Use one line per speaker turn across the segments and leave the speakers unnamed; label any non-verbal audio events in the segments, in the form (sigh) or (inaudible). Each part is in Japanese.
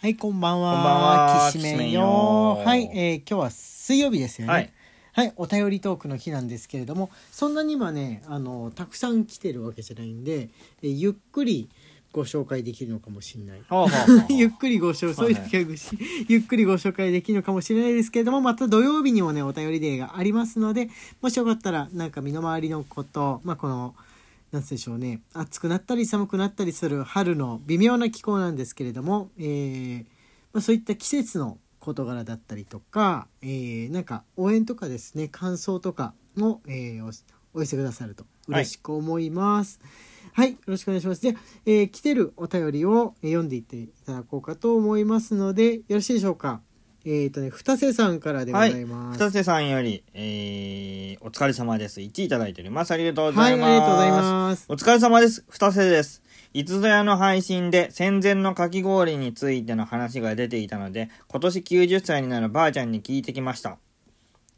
はい、こんばんは。
こんばんは
きし
きしめ
めん
ん
よ
よ。
はい、えー今日は水曜日ですよね。は
はいい、
お便りトークの日なんですけれども、そんなに今ね、あの、たくさん来てるわけじゃないんで、えーゆっくりご紹介できるのかもしれない。
ほうほうほう
(laughs) ゆっくりご紹介、そういう
そうね
時はごし (laughs) ゆっくりご紹介できるのかもしれないですけれども、また土曜日にもね、お便りデーがありますので、もしよかったら、なんか身の回りのこと、まあ、この、なんつうんでしょうね、暑くなったり寒くなったりする春の微妙な気候なんですけれども、えーまあ、そういった季節の事柄だったりとか、えーなんか応援とかですね、感想とかも、えーおお寄せくださると嬉しく思います。はい、よろしくお願いします。で、えー来てるお便りをえー読んでいっていただこうかと思いますので、よろしいでしょうか。えっ、とね、二瀬さんからでござ
はい
います。
二瀬さんより、えー、お疲れ様です。1いただいております。ありがとうご
は
ざ
い、あ
い
り
ます。
がとうございます。
お疲れ様です。二瀬です。いつぞやの配信で戦前のかき氷についての話が出ていたので、今年90歳になるばあちゃんに聞いてきました。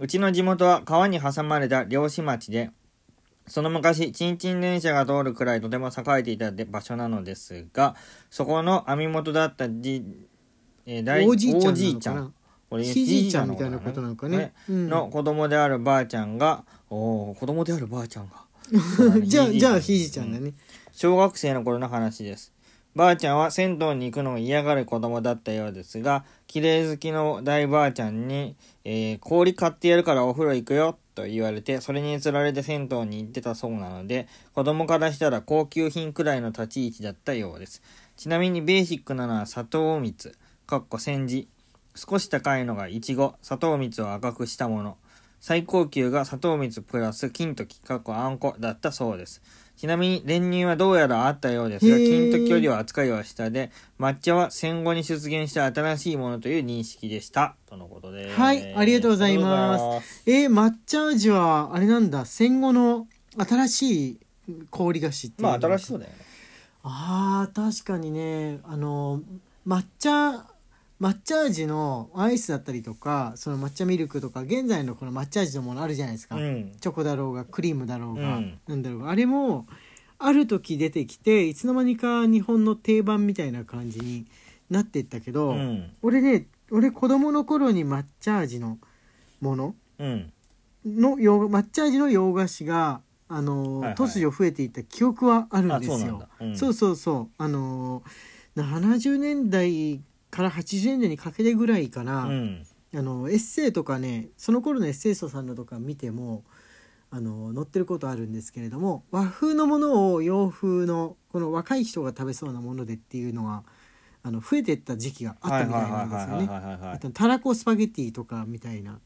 うちの地元は川に挟まれた漁師町で、その昔、チンチン電車が通るくらいとても栄えていた場所なのですが、そこの網元だったじ、えー大
おじいちゃん
おじ
ないの
ちゃ
か
ん
な。。
これ
じいちゃんみたいなことなのかねうん。
の子供であるばあちゃんが、おー子供であるばあちゃんが
(laughs) じゃあ、じゃあ、ひじちゃんだ
う
ね。
小学生の頃の話ですばあちゃんは銭湯に行くのを嫌がる子供だったようですが綺麗好きの大ばあちゃんに、えー氷買ってやるからお風呂行くよと言われてそれにつられて銭湯に行ってたそうなので子供からしたら高級品くらいの立ち位置だったようですちなみにベーシックなのは砂糖蜜かっこ煎じ少し高いのがいちご砂糖蜜を赤くしたもの最高級が砂糖蜜プラス金時かっこあんこだったそうですちなみに練乳はどうやらあったようですが
へー
金時よりは扱いは下で抹茶は戦後に出現した新しいものという認識でしたとのことです
はいありがとうございます
ありがとうございます
えー、抹茶味は、あれなんだ、戦後の新しい氷菓子っていう
ま
の
あ新しそうだよね
あー確かにねあの抹茶抹茶味のアイスだったりとかその抹茶ミルクとか現在のこの抹茶味のものあるじゃないですか、
うん
チョコだろうがクリームだろうが、
うん
なんだろうがあれもある時出てきていつの間にか日本の定番みたいな感じになっていったけど、
うん
俺ね俺子供の頃に抹茶味のもの
うん
の洋抹茶味の洋菓子があの、
はいはい
突如増えていった記憶はあるんです
あそうなん
よ
だ。うん
そうそうそうあの70年代から80年代にかけてぐらいか
う
な、
ん
あのエッセイとかねその頃のエッセイストさんのとか見てもあの載ってることあるんですけれども和風のものを洋風のこの若い人が食べそうなものでっていうのはあの増えていった時期があったみたいなんですよね。あ
ね
とたらこスパゲティとかみたいな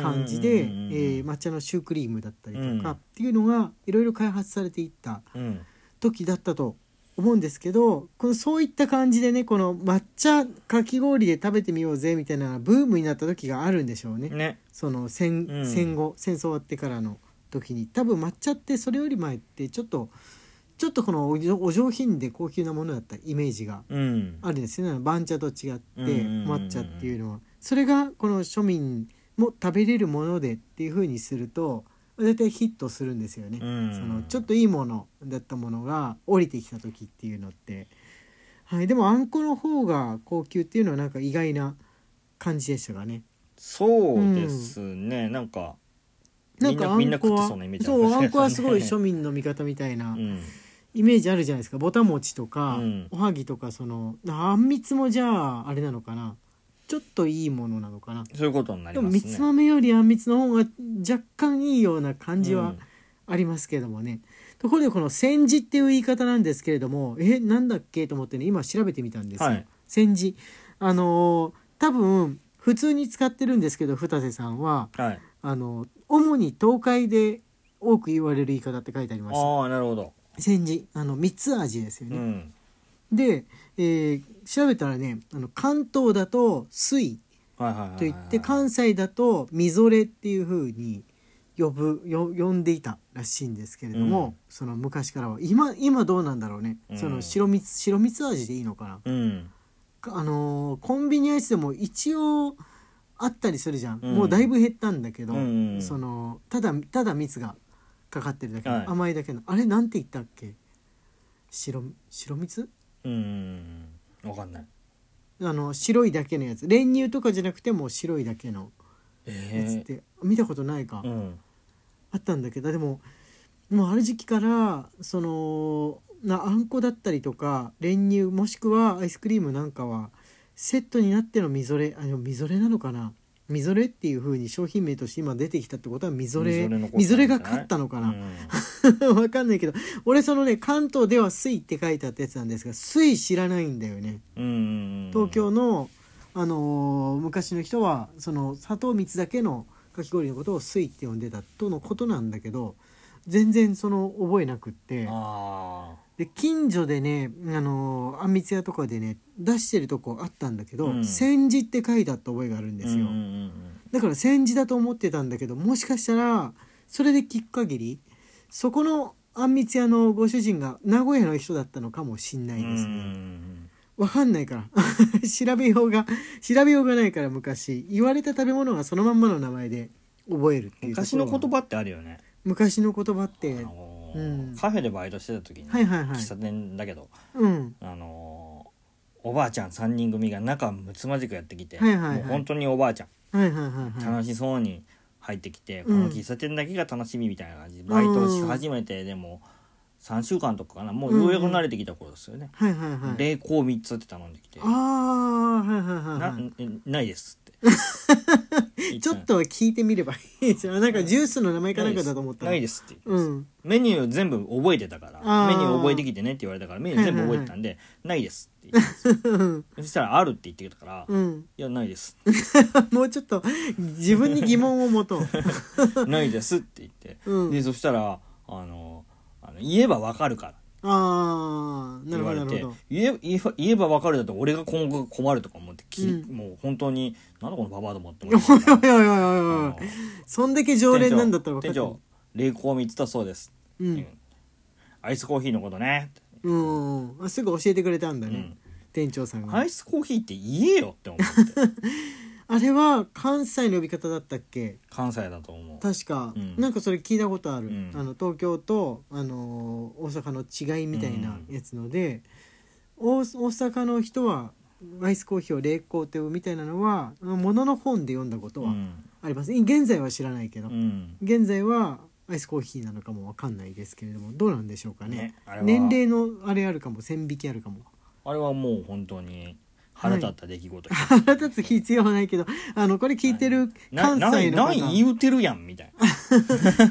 感じで、えー抹茶のシュークリームだったりとか
うん
っていうのがいろいろ開発されていった
うん
時だったと思うんですけどこのそういった感じでねこの抹茶かき氷で食べてみようぜみたいなブームになった時があるんでしょうね
ね
その戦,、
うん
戦後戦争終わってからの時に多分抹茶ってそれより前ってちょっとちょっとこのお上お上品で高級なものだったイメージが
うん
あるんですよね番茶と違って
うんうんうんうん
抹茶っていうのはそれがこの庶民も食べれるものでっていう風にすると大体ヒットするんですよね、
うん
そのちょっといいものだったものが降りてきた時っていうのって、はい、でもあんこの方が高級っていうのはなんか意外な感じでしたかね
そうですね、なんか
なんかあ
みん
ん
な
こ
みんな食って
は
そうなイメージあ
そ
る
うあんこはすごい
ね
庶民の味方みたいな
うん
イメージあるじゃないですかぼたもちとか、
うん
おはぎとかそのあんみつもじゃああれなのかなちょっといいものなのかな
そういうことになり
で
ま
も
す
み
ね
つ豆よりあんみつの方が若干いいような感じ
う
は
ん
ありますけどもね、ところでこの「煎じ」っていう言い方なんですけれどもえなんだっけと思ってね今調べてみたんですよ、
はい
煎じあのー多分普通に使ってるんですけど二瀬さんは
はい
あの主に東海で多く言われる言い方って書いてありました
ああなるほど、
煎じあの三つ味ですよ
う
ね、
ん
で、えー調べたらねあの関東だと「水」
はいはいはいはい、
と言って関西だと「みぞれ」っていう風に呼ぶよ呼んでいたらしいんですけれども、
うん
その昔からは今今どうなんだろうね、
うん
その白蜜白蜜味でいいのかな、
うん
かあのーコンビニアイスでも一応あったりするじゃん、
うん
もうだいぶ減ったんだけど、
うん
そのただただ蜜がかかってるだけの、
はい
甘いだけのあれなんて言ったっけ白白蜜
うんわかんない
あの白いだけのやつ練乳とかじゃなくてもう白いだけのやつっ
え
て、見たことないか、
ーうん
あったんだけどでももうある時期からそのなあんこだったりとか練乳もしくはアイスクリームなんかはセットになってのみぞれあでもみぞれなのかなみぞれっていう風に商品名として今出てきたってことはみぞれ
みぞれのことなんじゃない
みぞれが勝ったのかな、 (laughs) わかんないけど俺そのね関東では「水」って書いてあったやつなんですが「水」知らないんだよね
うんうん
東京の、あのー昔の人はその砂糖蜜だけのかき氷のことを「水」って呼んでたとのことなんだけど全然その覚えなくって
ああ
で近所でね、あのーあんみつ屋とかでね出してるとこあったんだけど「
うん
煎じ」って書いてあった覚えがあるんですよ。
うんうんうん
だから煎じだと思ってたんだけどもしかしたらそれで聞く限りそこのあんみつ屋のご主人が名古屋の人だったのかもしんないです
うんうん
ね。
うん
わかんないから (laughs) 調べようが調べようがないから昔言われた食べ物がそのまんまの名前で覚えるっていうとこ
昔
ろ
の
は
言葉ってあるよね、
昔の言葉って
あの
うん
カフェでバイトしてた時に、
はいはいはい
喫茶店だけど、
うん
あのーおばあちゃん3人組が仲むつまじくやってきて、
はいはいはい
もう本当におばあちゃん
はいはいはいはい
楽しそうに入ってきて、
ん
この喫茶店だけが楽しみみたいな感じでバイトし始めてでも3週間とかかなもうようやく慣れてきた頃ですよね、
はいはいはい
冷凍3つって頼んできて
ああはいはい
「
はい
な
は
えないです」って言
(laughs) い
た
ち
の
ょっと聞いてみればいいじゃんなんかジュースの名前かなんかだと思った
ないですすって言
う
って
ん (laughs)
メニュー全部覚えてたから
あー
メニュー覚えてきてねって言われたからメニュー全部覚えてたんで「ないです」って
(laughs)
言ってそしたら「ある」って言ってきたから「
う
い
ん
やないです」
もうちょっと自分に疑問を持
(laughs)
とう。
「ないです」って言って、
うん
でそしたらあのあの言えばわかるから
ああ、な
言
る
わ
ほ
れ
どな
て
るほど。
言え言えば言えばわかるだと俺が今後困るとか思って、き
うん
もう本当に「なんだこのババアと思って思
おい
って
(laughs)
た
おいおいおい
あ
おいおい
の。
そんだけ常連なんだったら分か
店
ってる
長。冷凍3つだそうです」
う
うん
ん。
アイスコーヒーのことね」
うんうん。あすぐ教えてくれたんだね。
うん
店長さんが。
アイスコーヒーって言えよって思って
あれは関西の呼び方だったっけ
関西だと思う
確か、
うん
なんかそれ聞いたことある。
うん
あの東京と、あのー大阪の違いみたいなやつので、大大阪の人はアイスコーヒーを冷凍って呼ぶみたいなのはものの本で読んだこと
う
は
ん
あります、現在は知らないけど。
うん
現在はアイスコーヒーなのかもわかんないですけれどもどうなんでしょうかね
ねあれは
年齢のあれあるかも線引きあるかも
あれはもう本当に腹立った出来事、
腹立つ必要はないけどあのこれ聞いてる
な
関西の
ないない
方
言うてるやんみたい な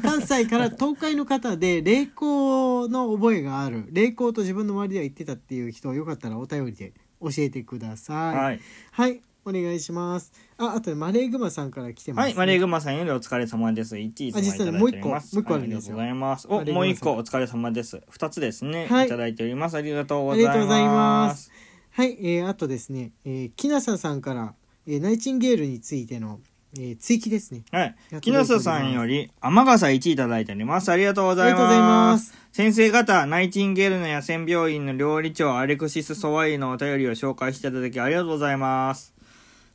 (laughs) 関西から東海の方で霊光の覚えがある霊光と自分の周りでは言ってたっていう人よかったらお便りで教えてください、
はいい、
お願いしますああとねマレーグマさんから来てます、
はい、マレーグマさんよりお疲れ様です1位いただいておりま
あ
す
実際ねもう一個もう一個あるん
り
で
が
す
とう
よ
ございます
マ
お
レーグマさん
もう一個お疲れ様です2つですね、
はい
い、ただいておりますありがとうご
あ
ざい
りが
ます
とうございます。はい、えー、あとですね、えー、きなささんから、えー、ナイチンゲールについての、えー、追記ですね。
はい
りがとうございま。す
木下さんより、天笠1位いただいております。ありがとうございます。
ありがとうございます
先生方、ナイチンゲールの野戦病院の料理長、アレクシス・ソワイのお便りを紹介していただき、ありがとうございます。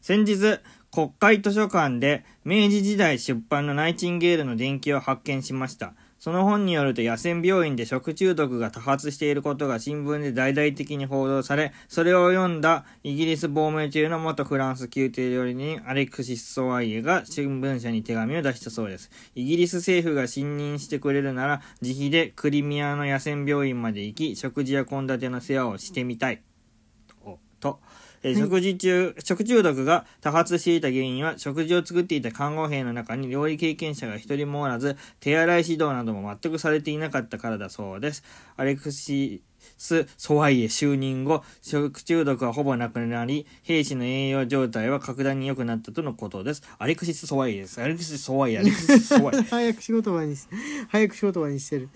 先日、国会図書館で、明治時代出版のナイチンゲールの伝記を発見しました。その本によると、野戦病院で食中毒が多発していることが新聞で大々的に報道され、それを読んだイギリス亡命中の元フランス宮廷料理人アレクシス・ソワイエが新聞社に手紙を出したそうです。イギリス政府が信任してくれるなら、自費でクリミアの野戦病院まで行き、食事や献立の世話をしてみたい。と、とえー
はい。
食事中、食中毒が多発していた原因は、食事を作っていた看護兵の中に料理経験者が一人もおらず、手洗い指導なども全くされていなかったからだそうです。アレクシス・ソワイエ就任後、食中毒はほぼなくなり、兵士の栄養状態は格段に良くなったとのことです。アレクシス・ソワイエです。アレクシス・ソワイエ、アレクシス・ソワイエ
(laughs) 早く仕事場にし、早く仕事場にしてる。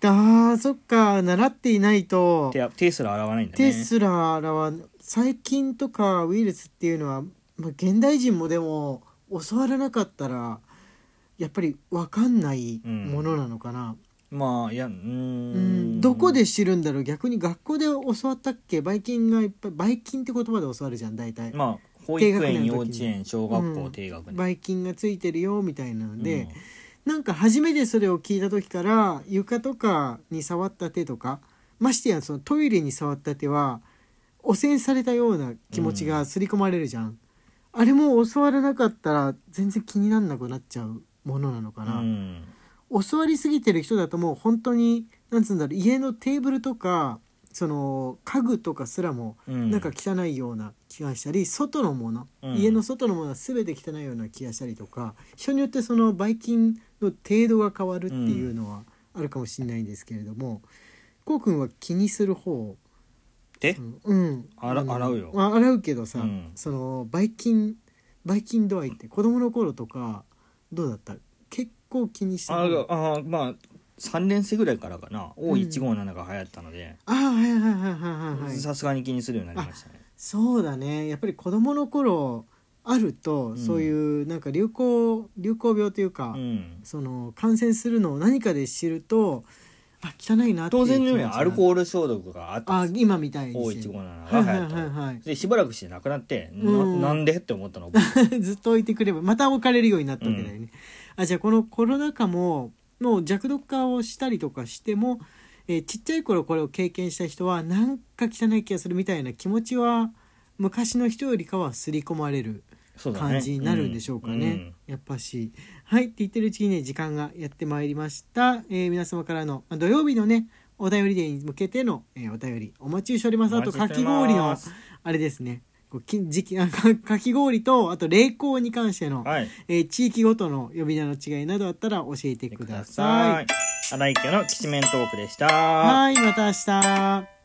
だー、そっか、習っていないと、
手手すら洗わないんだね。
手すら洗わん細菌とかウイルスっていうのは、まあ、現代人もでも教わらなかったら、やっぱり分かんないものなのかな。
まあ、いや、うー。
うんんどこで知るんだろう逆に学校で教わったっけばい菌がいっぱいばい菌って言葉で教わるじゃん大体
まあ、保
低
育
学
園、
年
幼
の時
稚
に
園、小学校、
うん
低学年。
ばい菌がついてるよみたいなの
うん
で、なんか初めてそれを聞いた時から床とかに触った手とかましてやそのトイレに触った手は汚染されたような気持ちが刷り込まれるじゃん、あれも教わらなかったら全然気になんなくなっちゃうものなのか
う
な、
ん
教わりすぎてる人だともう本当になんつうんだろう家のテーブルとかその家具とかすらも
うん
なんか汚いような気がしたり、外のもの、
うん
家の外のものは全て汚いような気がしたりとか人によってそのばい菌の程度が変わるっていうのはあるかもしれないんですけれども、こうくんは気にする方
で
う、ん、うん、
あら
の
洗うよ
まあ、洗うけどさ、
うん
そのばい菌ばい菌度合いって子供の頃とかどうだった結構気にして
あ
る
あまあ3年生ぐらいからかな O157 が流行ったので
ああはいはいはいはいはいはい
さすがに気にするようになりましたね
そうだねやっぱり子どもの頃あると、
ん
そういうなんか流行流行病というか、
うん
その感染するのを何かで知るとあ汚いなっていう
当然のように
気持ちが
アルコール消毒があった
あ
んです
今みたいにして
O157 が流行
は
った
いはい
の
はい
でしばらくしてなくなってな
うん
なんでって思ったの僕
ずっと置いてくればまた置かれるようになったわけだよね、あじゃあこのコロナ禍ももう弱毒化をしたりとかしても、えーちっちゃい頃これを経験した人はなんか汚い気がするみたいな気持ちは昔の人よりかは刷り込まれる
そうだね
(laughs) 感じになるんでしょうかね
うん
やっぱしはいって言ってるうちにね時間がやってまいりました、えー皆様からのまあ土曜日のねお便りデーに向けての、えーお便りお待ちしておりますあと
お待
か
ちして
き
おり
氷
ま
の
す
あれですねこうき時期あかかき氷とあと冷凍に関しての、
はい
えー地域ごとの呼び名の違いなどあったら教えて
見て
く
く
だ
だ
さい
さい荒井家のきしめんトークでした
はいまた明日